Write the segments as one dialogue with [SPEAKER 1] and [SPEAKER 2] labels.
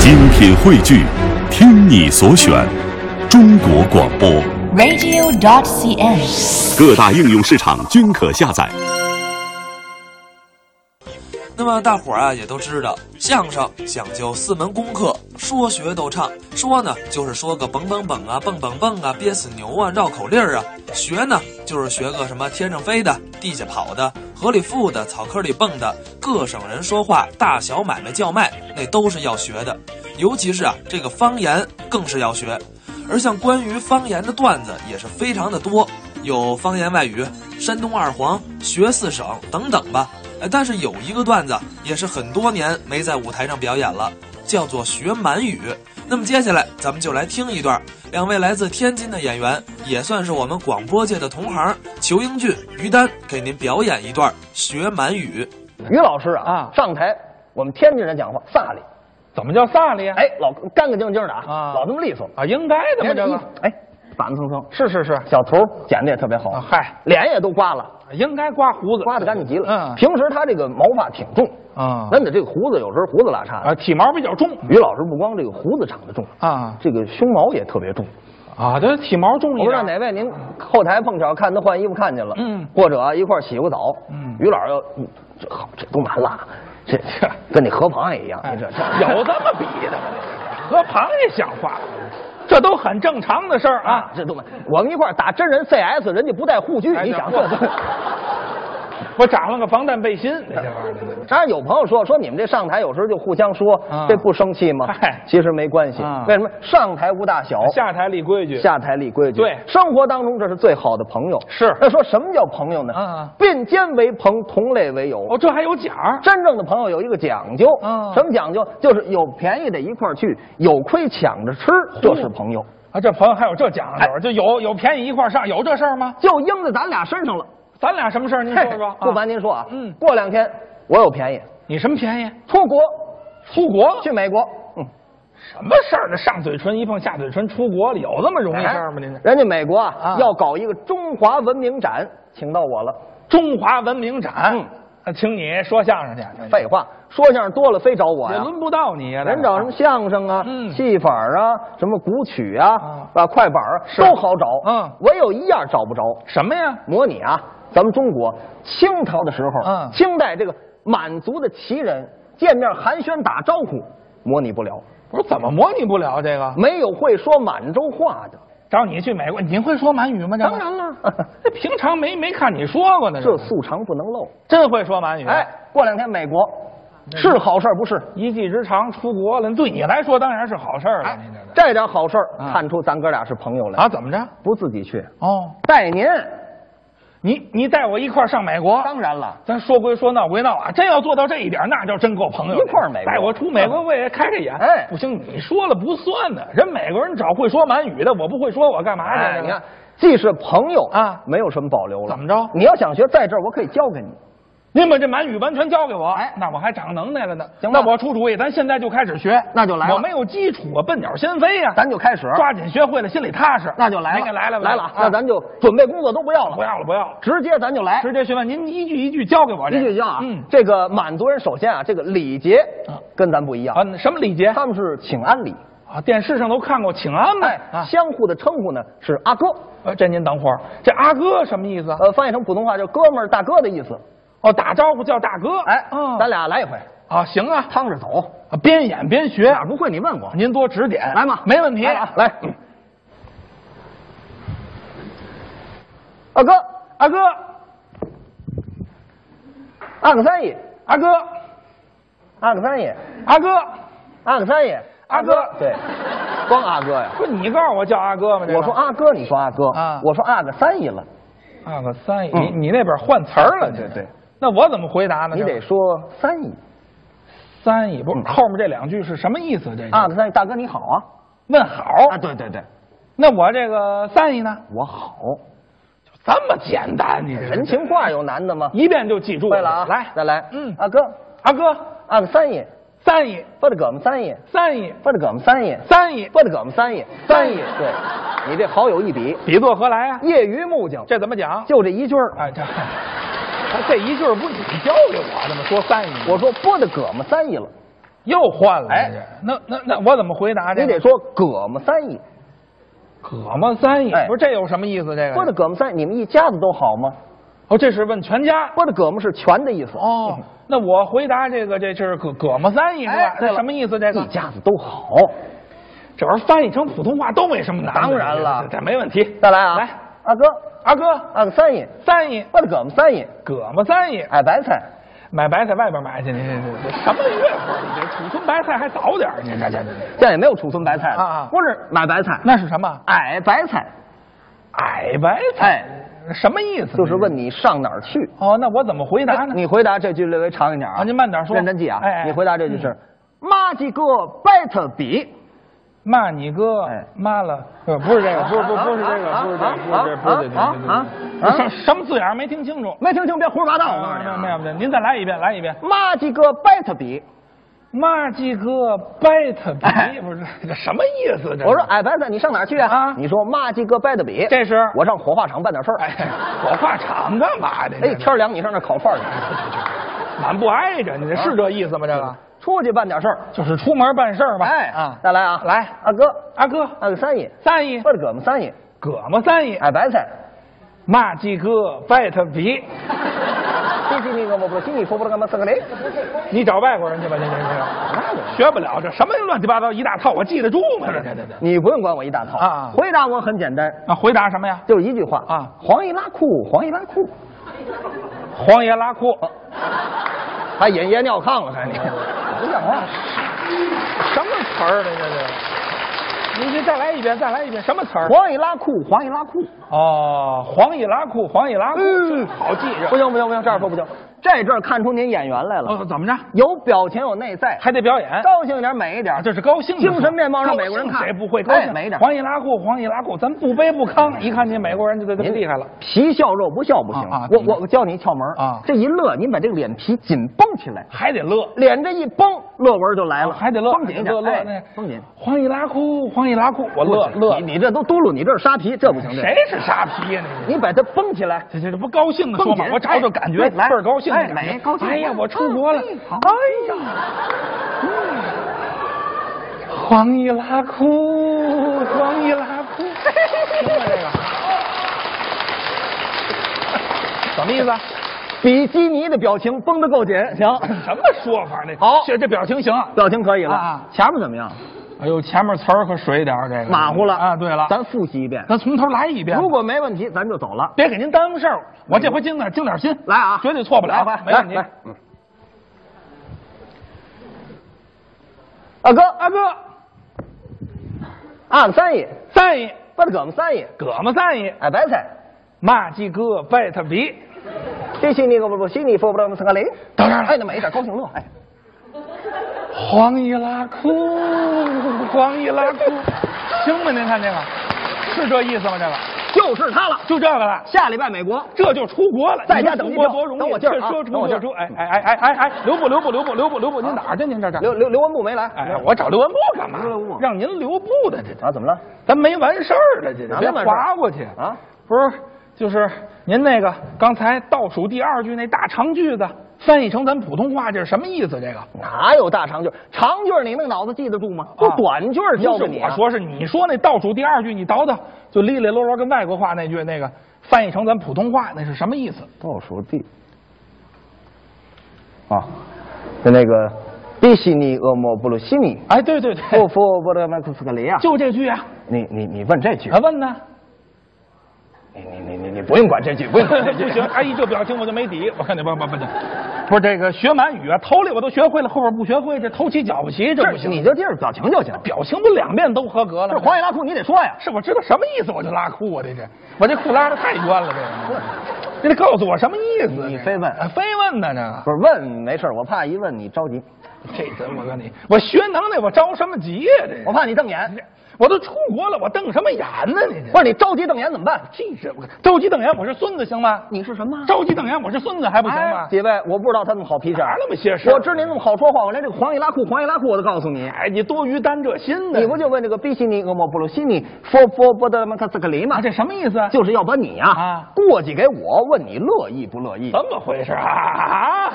[SPEAKER 1] 精品汇聚，听你所选，中国广播。
[SPEAKER 2] radio.cn。
[SPEAKER 1] 各大应用市场均可下载。
[SPEAKER 3] 那么大伙儿啊也都知道，相声讲究四门功课，说学逗唱。说呢就是说个蹦蹦蹦啊，蹦蹦蹦啊，憋死牛啊，绕口令儿啊；学呢就是学个什么天上飞的、地下跑的、河里浮的、草坑里蹦的，各省人说话、大小买卖叫卖，那都是要学的。尤其是啊这个方言更是要学。而像关于方言的段子也是非常的多，有方言外语、山东二黄、学四省等等吧。呃但是有一个段子也是很多年没在舞台上表演了，叫做学满语。那么接下来咱们就来听一段，两位来自天津的演员，也算是我们广播界的同行，裘英俊、于丹给您表演一段学满语。
[SPEAKER 4] 于老师啊，上台，我们天津人讲话飒利，
[SPEAKER 5] 怎么叫萨利呀？
[SPEAKER 4] 哎，老干干净净的啊，
[SPEAKER 5] 啊
[SPEAKER 4] 老这么利索，
[SPEAKER 5] 啊，应该的嘛，
[SPEAKER 4] 连
[SPEAKER 5] 这
[SPEAKER 4] 这衣
[SPEAKER 5] 个
[SPEAKER 4] 服哎，板板蹭蹭，
[SPEAKER 5] 是是是，
[SPEAKER 4] 小头剪的也特别好
[SPEAKER 5] 啊，嗨，
[SPEAKER 4] 脸也都刮了，
[SPEAKER 5] 应该刮胡子，
[SPEAKER 4] 刮的干净极了。
[SPEAKER 5] 嗯
[SPEAKER 4] 平时他这个毛发挺重
[SPEAKER 5] 啊
[SPEAKER 4] 真的这个胡子有时候胡子拉碴
[SPEAKER 5] 啊，
[SPEAKER 4] 的。
[SPEAKER 5] 体毛比较重
[SPEAKER 4] 于老师不光这个胡子长得重
[SPEAKER 5] 啊
[SPEAKER 4] 这个胸毛也特别重。
[SPEAKER 5] 啊，这体毛重
[SPEAKER 4] 我
[SPEAKER 5] 一
[SPEAKER 4] 不知道
[SPEAKER 5] 点。
[SPEAKER 4] 哪位您后台碰巧看他换衣服看见了，
[SPEAKER 5] 嗯
[SPEAKER 4] 或者啊一块儿洗过澡，
[SPEAKER 5] 嗯
[SPEAKER 4] 于老师要嗯这好这都完了，这这跟你河螃蟹一样，
[SPEAKER 5] 哎
[SPEAKER 4] 你这这
[SPEAKER 5] 有这么比的吗？和螃蟹像话，这都很正常的事儿
[SPEAKER 4] 啊
[SPEAKER 5] 啊，。
[SPEAKER 4] 这都没，我们一块儿打真人 CS，人家不带护具，
[SPEAKER 5] 哎
[SPEAKER 4] 你
[SPEAKER 5] 这
[SPEAKER 4] 想
[SPEAKER 5] 不
[SPEAKER 4] 这这？
[SPEAKER 5] 我长了个防弹背心，哎这玩意儿
[SPEAKER 4] 当然有朋友说说你们这上台有时候就互相说，
[SPEAKER 5] 啊
[SPEAKER 4] 这不生气吗
[SPEAKER 5] 嗨？
[SPEAKER 4] 其实没关系
[SPEAKER 5] 啊，
[SPEAKER 4] 为什么上台无大小，
[SPEAKER 5] 下台立规矩。
[SPEAKER 4] 下台立规矩。
[SPEAKER 5] 对
[SPEAKER 4] 生活当中这是最好的朋友。
[SPEAKER 5] 是
[SPEAKER 4] 那说什么叫朋友呢？
[SPEAKER 5] 啊
[SPEAKER 4] 并肩为朋，同类为友。
[SPEAKER 5] 哦，这还有奖儿
[SPEAKER 4] 真正的朋友有一个讲究，
[SPEAKER 5] 啊
[SPEAKER 4] 什么讲究？就是有便宜得一块儿去，有亏抢着吃，这是朋友。
[SPEAKER 5] 啊！这朋友还有这讲究，就有有便宜一块儿上，有这事儿吗？
[SPEAKER 4] 哎就应在咱俩身上了。
[SPEAKER 5] 咱俩什么事儿？您说说。
[SPEAKER 4] 不瞒
[SPEAKER 5] 你，
[SPEAKER 4] 您说啊，
[SPEAKER 5] 嗯
[SPEAKER 4] 过两天我有便宜，
[SPEAKER 5] 你什么便宜？
[SPEAKER 4] 出国
[SPEAKER 5] 出国？
[SPEAKER 4] 去美国，嗯，
[SPEAKER 5] 什么事儿呢？上嘴唇一碰下嘴唇，出国了有这么容易
[SPEAKER 4] 哎
[SPEAKER 5] 事儿吗？您这。
[SPEAKER 4] 人家美国啊
[SPEAKER 5] 啊
[SPEAKER 4] 要搞一个中华文明展，请到我了。
[SPEAKER 5] 中华文明展，
[SPEAKER 4] 嗯
[SPEAKER 5] 嗯，请你说相声去。
[SPEAKER 4] 废话，说相声多了非找我
[SPEAKER 5] 也
[SPEAKER 4] 呀。
[SPEAKER 5] 轮不到你呀、
[SPEAKER 4] 人找什么相声啊、
[SPEAKER 5] 嗯
[SPEAKER 4] 戏法啊、什么古曲啊
[SPEAKER 5] 啊、
[SPEAKER 4] 啊快板啊，
[SPEAKER 5] 是
[SPEAKER 4] 都好找。
[SPEAKER 5] 嗯
[SPEAKER 4] 唯有一样找不着，
[SPEAKER 5] 什么呀？
[SPEAKER 4] 模拟啊，咱们中国清朝的时候，
[SPEAKER 5] 嗯
[SPEAKER 4] 清代这个满族的旗人见面寒暄打招呼，模拟不了，
[SPEAKER 5] 我说怎么模拟不了这个？
[SPEAKER 4] 没有会说满洲话的。
[SPEAKER 5] 找你去美国，您会说满语吗？这
[SPEAKER 4] 当
[SPEAKER 5] 个
[SPEAKER 4] 然了，
[SPEAKER 5] 这平常没没看你说过呢。
[SPEAKER 4] 这
[SPEAKER 5] 个
[SPEAKER 4] 素常不能漏。
[SPEAKER 5] 真会说满语。
[SPEAKER 4] 哎，，过两天美国
[SPEAKER 5] 嗯
[SPEAKER 4] 是好事儿不是？
[SPEAKER 5] 一技之长出国了，对你来说当然是好事儿哎
[SPEAKER 4] 哎
[SPEAKER 5] 了。您这
[SPEAKER 4] 这点好事儿
[SPEAKER 5] 啊
[SPEAKER 4] 看出咱哥俩是朋友来
[SPEAKER 5] 个啊，怎么着？
[SPEAKER 4] 不自己去，
[SPEAKER 5] 哦，
[SPEAKER 4] 带您。
[SPEAKER 5] 你你带我一块儿上美国。
[SPEAKER 4] 当然了，
[SPEAKER 5] 咱说归说，闹归闹啊，真要做到这一点，那叫真够朋友的。
[SPEAKER 4] 一块儿美国
[SPEAKER 5] 带我出美国，我也开开眼。
[SPEAKER 4] 哎
[SPEAKER 5] 不行，你说了不算呢。人美国人找会说满语的，我不会说，我干嘛去？
[SPEAKER 4] 哎，你看，既是朋友
[SPEAKER 5] 啊
[SPEAKER 4] 没有什么保留了。
[SPEAKER 5] 怎么着
[SPEAKER 4] 你要想学，在这儿我可以教给你。
[SPEAKER 5] 您把这满语完全交给我，哎，那我还长能耐了呢。
[SPEAKER 4] 行吧
[SPEAKER 5] 那我出主意，咱现在就开始学，
[SPEAKER 4] 那就来了
[SPEAKER 5] 我没有基础，我笨鸟先飞呀、
[SPEAKER 4] 咱就开始
[SPEAKER 5] 抓紧学会了，心里踏实。
[SPEAKER 4] 那就来
[SPEAKER 5] 那
[SPEAKER 4] 了，
[SPEAKER 5] 个来了，
[SPEAKER 4] 来了
[SPEAKER 5] 啊
[SPEAKER 4] 啊，那咱就准备工作都不要了，
[SPEAKER 5] 不要了，不要了，
[SPEAKER 4] 直接咱就来。
[SPEAKER 5] 直接询问您一句一句教给我这
[SPEAKER 4] 一
[SPEAKER 5] 个。
[SPEAKER 4] 句一句啊，
[SPEAKER 5] 嗯，
[SPEAKER 4] 这个满族人首先啊，这个礼节
[SPEAKER 5] 啊
[SPEAKER 4] 跟咱不一样
[SPEAKER 5] 啊，，什么礼节？
[SPEAKER 4] 他们是请安礼，
[SPEAKER 5] 啊，电视上都看过，请安呗。
[SPEAKER 4] 哎，
[SPEAKER 5] 啊，
[SPEAKER 4] 相互的称呼呢是阿哥，
[SPEAKER 5] 呃这您等会儿，这阿哥什么意思？
[SPEAKER 4] 呃，翻译成普通话就是哥们儿、大哥的意思。
[SPEAKER 5] 哦，打招呼叫大哥。
[SPEAKER 4] 哎，
[SPEAKER 5] 嗯
[SPEAKER 4] 咱俩来一回，
[SPEAKER 5] 啊，行啊，
[SPEAKER 4] 趟着走，
[SPEAKER 5] 啊边演边学，
[SPEAKER 4] 哪不会你问我，
[SPEAKER 5] 您多指点。
[SPEAKER 4] 来嘛，
[SPEAKER 5] 没问题。
[SPEAKER 4] 来啊，来，阿哥，
[SPEAKER 5] 阿哥，
[SPEAKER 4] 阿克三爷，
[SPEAKER 5] 阿哥，
[SPEAKER 4] 阿克三爷，
[SPEAKER 5] 阿哥。
[SPEAKER 4] 阿克三爷，
[SPEAKER 5] 阿哥
[SPEAKER 4] 对，光阿哥呀。
[SPEAKER 5] 不是你告诉我叫阿哥吗？这个
[SPEAKER 4] 我说啊阿哥，你说阿哥，
[SPEAKER 5] 啊
[SPEAKER 4] 我说阿个三爷了，
[SPEAKER 5] 阿哥啊三爷，
[SPEAKER 4] 嗯
[SPEAKER 5] 你你那边换词儿了，
[SPEAKER 4] 对
[SPEAKER 5] 这
[SPEAKER 4] 对对。
[SPEAKER 5] 那我怎么回答呢？
[SPEAKER 4] 你
[SPEAKER 5] 这
[SPEAKER 4] 得说三爷，
[SPEAKER 5] 三爷，不是
[SPEAKER 4] 嗯
[SPEAKER 5] 后面这两句是什么意思？这是
[SPEAKER 4] 阿个三爷，大哥你好啊，
[SPEAKER 5] 问好。
[SPEAKER 4] 啊，对对对，
[SPEAKER 5] 那我这个三爷呢？
[SPEAKER 4] 我好，
[SPEAKER 5] 就这么简单，你这
[SPEAKER 4] 人情话有难的吗？
[SPEAKER 5] 一遍就记住
[SPEAKER 4] 会了啊，
[SPEAKER 5] 来，
[SPEAKER 4] 再来，
[SPEAKER 5] 嗯，
[SPEAKER 4] 阿哥，
[SPEAKER 5] 阿哥，
[SPEAKER 4] 阿个三爷，
[SPEAKER 5] 三爷，
[SPEAKER 4] 不得给我们三爷，
[SPEAKER 5] 三爷，
[SPEAKER 4] 不得给我们三爷，
[SPEAKER 5] 三爷，
[SPEAKER 4] 不得给我们三爷，
[SPEAKER 5] 三爷
[SPEAKER 4] 对，你这好有一比，
[SPEAKER 5] 比作何来啊？
[SPEAKER 4] 业余木匠，
[SPEAKER 5] 这怎么讲？
[SPEAKER 4] 就这一句儿，
[SPEAKER 5] 哎，这这一句儿不是你教给我的吗？说三爷，
[SPEAKER 4] 我说不得给我们三爷了，
[SPEAKER 5] 又换了。
[SPEAKER 4] 哎
[SPEAKER 5] 这那那那我怎么回答这
[SPEAKER 4] 你
[SPEAKER 5] 个？
[SPEAKER 4] 得说葛么三姨，
[SPEAKER 5] 葛么三爷，
[SPEAKER 4] 哎
[SPEAKER 5] 不是这有什么意思？这个
[SPEAKER 4] 不是葛么三，你们一家子都好吗？
[SPEAKER 5] 哦，这是问全家
[SPEAKER 4] 不是葛么是全的意思。
[SPEAKER 5] 哦。那我回答这个，这是葛葛么三爷是吧
[SPEAKER 4] 哎？对
[SPEAKER 5] 这
[SPEAKER 4] 了
[SPEAKER 5] 什么意思？这个
[SPEAKER 4] 一家子都好。
[SPEAKER 5] 这玩意儿翻译成普通话都没什么难的。
[SPEAKER 4] 当然了
[SPEAKER 5] 这这没问题。
[SPEAKER 4] 再来啊，
[SPEAKER 5] 来，
[SPEAKER 4] 阿哥，
[SPEAKER 5] 阿哥，
[SPEAKER 4] 阿哥三姨，
[SPEAKER 5] 三爷，
[SPEAKER 4] 不是葛么三姨，
[SPEAKER 5] 葛么三爷，
[SPEAKER 4] 矮白菜，
[SPEAKER 5] 买白菜外边买去，
[SPEAKER 4] 哎
[SPEAKER 5] 你这这这什么月份儿？你这储存白菜还早点儿，你这这这这
[SPEAKER 4] 现在也没有储存白菜了
[SPEAKER 5] 啊啊
[SPEAKER 4] 不是买白菜，
[SPEAKER 5] 那是什么？
[SPEAKER 4] 矮白菜
[SPEAKER 5] 矮白菜，什么意思？
[SPEAKER 4] 哎就是问你上哪儿去。哎
[SPEAKER 5] 哦，那我怎么回答呢？
[SPEAKER 4] 你回答这句略微长一嗯点啊，
[SPEAKER 5] 啊您慢点说
[SPEAKER 4] 认真记啊。
[SPEAKER 5] 哎哎
[SPEAKER 4] 你回答这句是“妈几个白特比
[SPEAKER 5] 骂你哥
[SPEAKER 4] 哎，
[SPEAKER 5] 骂了，呃不是这个，不是不是不是这个，
[SPEAKER 4] 啊
[SPEAKER 5] 不是这个，
[SPEAKER 4] 啊
[SPEAKER 5] 不是这个，不是这
[SPEAKER 4] 啊
[SPEAKER 5] 个，
[SPEAKER 4] 啊
[SPEAKER 5] 不
[SPEAKER 4] 啊
[SPEAKER 5] 是这个， 什什么字眼儿没听清楚”，？
[SPEAKER 4] 没听清别胡说八道，我告诉
[SPEAKER 5] 没
[SPEAKER 4] 你
[SPEAKER 5] 有
[SPEAKER 4] 啊
[SPEAKER 5] 没有没有，您再来一遍，来一遍。
[SPEAKER 4] 妈几个白特比，
[SPEAKER 5] 骂几哥掰他皮，
[SPEAKER 4] 哎
[SPEAKER 5] 不是这什么意思？这是
[SPEAKER 4] 我说矮白菜，你上哪儿去
[SPEAKER 5] 啊
[SPEAKER 4] 啊？你说妈几个白特比，
[SPEAKER 5] 这是
[SPEAKER 4] 我上火化场办点事儿。
[SPEAKER 5] 哎，火化场干嘛的？
[SPEAKER 4] 哎，天儿凉，你上那儿烤串儿去，
[SPEAKER 5] 满不挨着，你这是这意思吗？这个
[SPEAKER 4] 啊出去办点事儿。
[SPEAKER 5] 就是出门办事儿吧。
[SPEAKER 4] 哎
[SPEAKER 5] 啊，
[SPEAKER 4] 再来啊，
[SPEAKER 5] 来
[SPEAKER 4] 阿哥，
[SPEAKER 5] 阿哥，
[SPEAKER 4] 阿哥三姨，
[SPEAKER 5] 三姨
[SPEAKER 4] 不是哥们三姨，
[SPEAKER 5] 葛么三姨，
[SPEAKER 4] 矮白菜，
[SPEAKER 5] 骂几哥掰他皮，
[SPEAKER 4] 这是那个我不信你说不了干嘛四个雷，
[SPEAKER 5] 你找外国人去吧，这这这学不了这什么乱七八糟一大套，我记得住吗？这这这这
[SPEAKER 4] 你不用管我一大套
[SPEAKER 5] 啊
[SPEAKER 4] 回答我很简单，
[SPEAKER 5] 啊！回答什么呀？
[SPEAKER 4] 就是一句话
[SPEAKER 5] 啊
[SPEAKER 4] 黄一拉裤，黄一拉裤，
[SPEAKER 5] 黄爷拉裤，
[SPEAKER 4] 还引夜哎尿炕了，还你，不像话。
[SPEAKER 5] 什么词儿呢？这这，您您再来一遍，再来一遍，什么词儿？
[SPEAKER 4] 黄一拉裤，黄一拉裤，
[SPEAKER 5] 哦，黄一拉裤，黄一拉裤，
[SPEAKER 4] 嗯
[SPEAKER 5] 这嗯好记着。嗯
[SPEAKER 4] 不行不行不行，这样说不行，这阵儿看出您演员来了，
[SPEAKER 5] 哦，怎么着？
[SPEAKER 4] 有表情有内在，
[SPEAKER 5] 还得表演？
[SPEAKER 4] 高兴一点美一点，
[SPEAKER 5] 这是高兴的事儿，
[SPEAKER 4] 精神面貌让美国人看
[SPEAKER 5] 高兴谁不会高兴？
[SPEAKER 4] 哎美一点
[SPEAKER 5] 黄一拉裤，黄一拉裤，咱不卑不亢，一看见美国人就这这厉害了。
[SPEAKER 4] 皮笑肉不笑不行，
[SPEAKER 5] 啊啊
[SPEAKER 4] 我
[SPEAKER 5] 怎么
[SPEAKER 4] 我我教你一窍门儿
[SPEAKER 5] 啊
[SPEAKER 4] 这一乐，您把这个脸皮紧绷起来，
[SPEAKER 5] 还得乐，
[SPEAKER 4] 脸这一绷，乐纹就来了，
[SPEAKER 5] 啊还得乐，
[SPEAKER 4] 绷紧一点，
[SPEAKER 5] 乐乐
[SPEAKER 4] 哎
[SPEAKER 5] 那
[SPEAKER 4] 绷紧。
[SPEAKER 5] 黄一拉裤，黄一拉裤，我乐乐。
[SPEAKER 4] 你你这都嘟噜，你这是沙皮，这不行。这
[SPEAKER 5] 谁是沙皮呀？你
[SPEAKER 4] 你把它绷起 来，
[SPEAKER 5] 这这这不高兴啊的说
[SPEAKER 4] 绷
[SPEAKER 5] 嘛
[SPEAKER 4] 紧，
[SPEAKER 5] 我找找感觉，
[SPEAKER 4] 哎
[SPEAKER 5] 倍
[SPEAKER 4] 来
[SPEAKER 5] 儿高兴的
[SPEAKER 4] 哎
[SPEAKER 5] 感觉，
[SPEAKER 4] 美高兴
[SPEAKER 5] 哎呀，我出国了，
[SPEAKER 4] 嗯好
[SPEAKER 5] 哎呀，嗯黄一拉裤，黄一拉裤，听过这个？什么意思啊？
[SPEAKER 4] 比基尼的表情绷得够紧，行，
[SPEAKER 5] 什么说法呢？
[SPEAKER 4] 好
[SPEAKER 5] 这这表情行。
[SPEAKER 4] 表情可以
[SPEAKER 5] 啊啊
[SPEAKER 4] 了。前面怎么样？
[SPEAKER 5] 哎呦，前面词儿可水一点儿，这个
[SPEAKER 4] 嗯马虎了
[SPEAKER 5] 啊。对了，嗯
[SPEAKER 4] 咱复习一遍。
[SPEAKER 5] 咱从头来一遍。
[SPEAKER 4] 如果没问题，咱就走了。
[SPEAKER 5] 别给您耽误事儿，我这回精点精点心，
[SPEAKER 4] 来啊，
[SPEAKER 5] 绝对错不了，
[SPEAKER 4] 来
[SPEAKER 5] 没
[SPEAKER 4] 来
[SPEAKER 5] 问题。
[SPEAKER 4] 来，嗯二哥，
[SPEAKER 5] 阿哥，
[SPEAKER 4] 俺三姨，
[SPEAKER 5] 三爷，
[SPEAKER 4] 不是哥们三姨，
[SPEAKER 5] 葛么三爷，
[SPEAKER 4] 矮白菜，
[SPEAKER 5] 骂鸡哥拜他鼻，
[SPEAKER 4] 这是那个不不，是你说不了那是个雷。
[SPEAKER 5] 当然了
[SPEAKER 4] 哎，那么一点高兴乐，哎，
[SPEAKER 5] 黄一拉哭，黄一拉哭，行吗？您看这个，是这意思吗？这个
[SPEAKER 4] 就是他了。
[SPEAKER 5] 就这个了。
[SPEAKER 4] 下礼拜美国，
[SPEAKER 5] 这就出国了，
[SPEAKER 4] 在家
[SPEAKER 5] 你说
[SPEAKER 4] 等
[SPEAKER 5] 出
[SPEAKER 4] 机
[SPEAKER 5] 国
[SPEAKER 4] 票
[SPEAKER 5] 多容易。
[SPEAKER 4] 等我劲儿啊
[SPEAKER 5] 这出
[SPEAKER 4] 等我
[SPEAKER 5] 国
[SPEAKER 4] 劲儿啊
[SPEAKER 5] 出，哎哎哎哎哎哎，留步留步留步留步留步，您哪儿去？您这这？
[SPEAKER 4] 刘刘刘文步没来。
[SPEAKER 5] 哎，我找刘文步干嘛
[SPEAKER 4] 刘文步？
[SPEAKER 5] 让您留步的，这这
[SPEAKER 4] 啊，怎么了？
[SPEAKER 5] 咱没完事儿了，这这
[SPEAKER 4] 哪
[SPEAKER 5] 别
[SPEAKER 4] 能完事儿
[SPEAKER 5] 划过去
[SPEAKER 4] 啊！
[SPEAKER 5] 不是，就是您那个刚才倒数第二句那大长句子，翻译成咱普通话这是什么意思？这个
[SPEAKER 4] 哪有大长句儿？长句儿你那个脑子记得住吗？就短句儿教
[SPEAKER 5] 不
[SPEAKER 4] 给
[SPEAKER 5] 是
[SPEAKER 4] 你、啊
[SPEAKER 5] 我，说是啊你说那倒数第二句，你倒倒就利利落落跟外国话那句那个翻译成咱普通话那是什么意思？
[SPEAKER 4] 倒数第啊，就那个比西尼恶魔布鲁西尼，哦
[SPEAKER 5] 哎，对对对，
[SPEAKER 4] 不服布勒麦克斯克雷亚。
[SPEAKER 5] 就这句啊，
[SPEAKER 4] 你你你啊问这句
[SPEAKER 5] 还，问呢？
[SPEAKER 4] 你你你你你不用管这句，不用管这
[SPEAKER 5] 不
[SPEAKER 4] 句。
[SPEAKER 5] 行，阿姨这表情我就没底，我看你不不不行，不是这个学满语啊，头里我都学会了，后边不学会，这头起脚不齐，这不
[SPEAKER 4] 这
[SPEAKER 5] 行。
[SPEAKER 4] 你就记着表情就行。
[SPEAKER 5] 表情不两遍都合格了
[SPEAKER 4] 这
[SPEAKER 5] 吗？
[SPEAKER 4] 黄衣拉裤你得说呀，
[SPEAKER 5] 是我知道什么意思我就拉裤，我这是，我这裤拉的太冤 了，这个，你得告诉我什么意思？
[SPEAKER 4] 你
[SPEAKER 5] 这
[SPEAKER 4] 非问
[SPEAKER 5] 啊非问呢？这个
[SPEAKER 4] 不是问没事儿，我怕一问你着急，
[SPEAKER 5] 这人我跟你，我学能耐我着什么急呀、这
[SPEAKER 4] 我怕你瞪眼。
[SPEAKER 5] 我都出国了，我瞪什么眼呢？你
[SPEAKER 4] 不是你着急瞪眼怎么办？
[SPEAKER 5] 这这是我着急瞪眼，我是孙子行吗？
[SPEAKER 4] 你是什么？哎
[SPEAKER 5] 着急瞪眼，我是孙子还不行吗？
[SPEAKER 4] 几位，我不知道他那么好脾气，啊
[SPEAKER 5] 哪儿那么些事儿
[SPEAKER 4] 我知您那么好说话，我连这个黄衣拉裤、黄衣拉裤我都告诉你。
[SPEAKER 5] 哎，你多余担这心呢？
[SPEAKER 4] 你不就问这个比西尼、恶魔、布鲁西尼、佛佛波德曼克斯克林
[SPEAKER 5] 啊？
[SPEAKER 4] 吗？
[SPEAKER 5] 这什么意思啊？
[SPEAKER 4] 就是要把你呀、
[SPEAKER 5] 啊
[SPEAKER 4] 过继给我，问你乐意不乐意
[SPEAKER 5] 怎？么回事啊？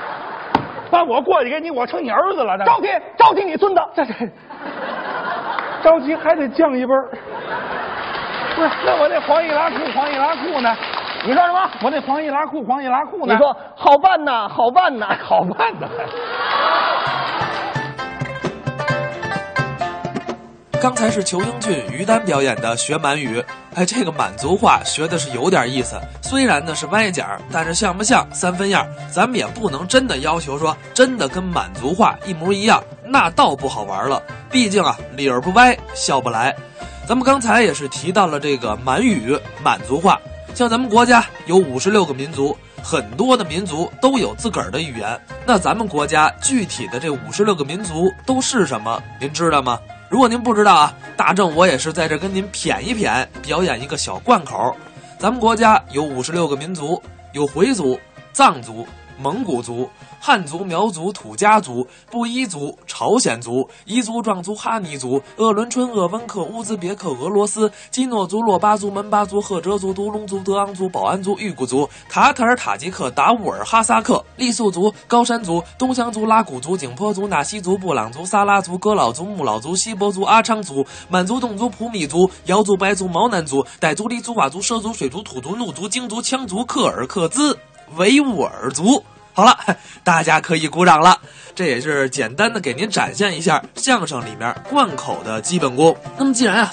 [SPEAKER 5] 把我过继给你，我成你儿子了。这
[SPEAKER 4] 着急着急你孙子，
[SPEAKER 5] 这这着急还得降一辈儿。不是，那我那黄易拉裤，黄易拉裤呢？
[SPEAKER 4] 你说什么？
[SPEAKER 5] 我那黄易拉裤，黄易拉裤呢？
[SPEAKER 4] 你说好办呐，好办呐， 好办呐！
[SPEAKER 3] 刚才是裘英俊、于丹表演的学满语，哎，这个满族话学的是有点意思，虽然呢是歪角儿，但是像不像三分样儿，咱们也不能真的要求说真的跟满族话一模一样，那倒不好玩了。毕竟啊，理儿不歪，笑不来。咱们刚才也是提到了这个满语、满族话，像咱们国家有五十六个民族，很多的民族都有自个儿的语言。那咱们国家具体的这五十六个民族都是什么？您知道吗？如果您不知道啊，大正我也是在这跟您谝一谝，表演一个小贯口。咱们国家有五十六个民族，有回族、藏族、蒙古族、汉族、苗族、土家族、布依族、朝鲜族、彝族、壮族、哈尼族、鄂伦春、鄂温克、乌兹别克、俄罗斯、基诺族、洛巴族、门巴族、赫哲族、独龙族、德昂族、保安族、裕固族、塔塔尔塔吉克、达斡尔哈萨克、傈僳族、高山族、东乡族、拉祜族、景颇族、纳西族、布朗族、撒拉族、哥老族、木老族、锡伯族、阿昌族、满族、侗族、普米族、瑶族、白族、毛南族、傣族、黎族、佤族、畲族、水族、土族、怒族、京族、羌族、克尔克孜、维吾尔族。好了，大家可以鼓掌了。这也是简单的给您展现一下相声里面贯口的基本功。那么既然啊，咱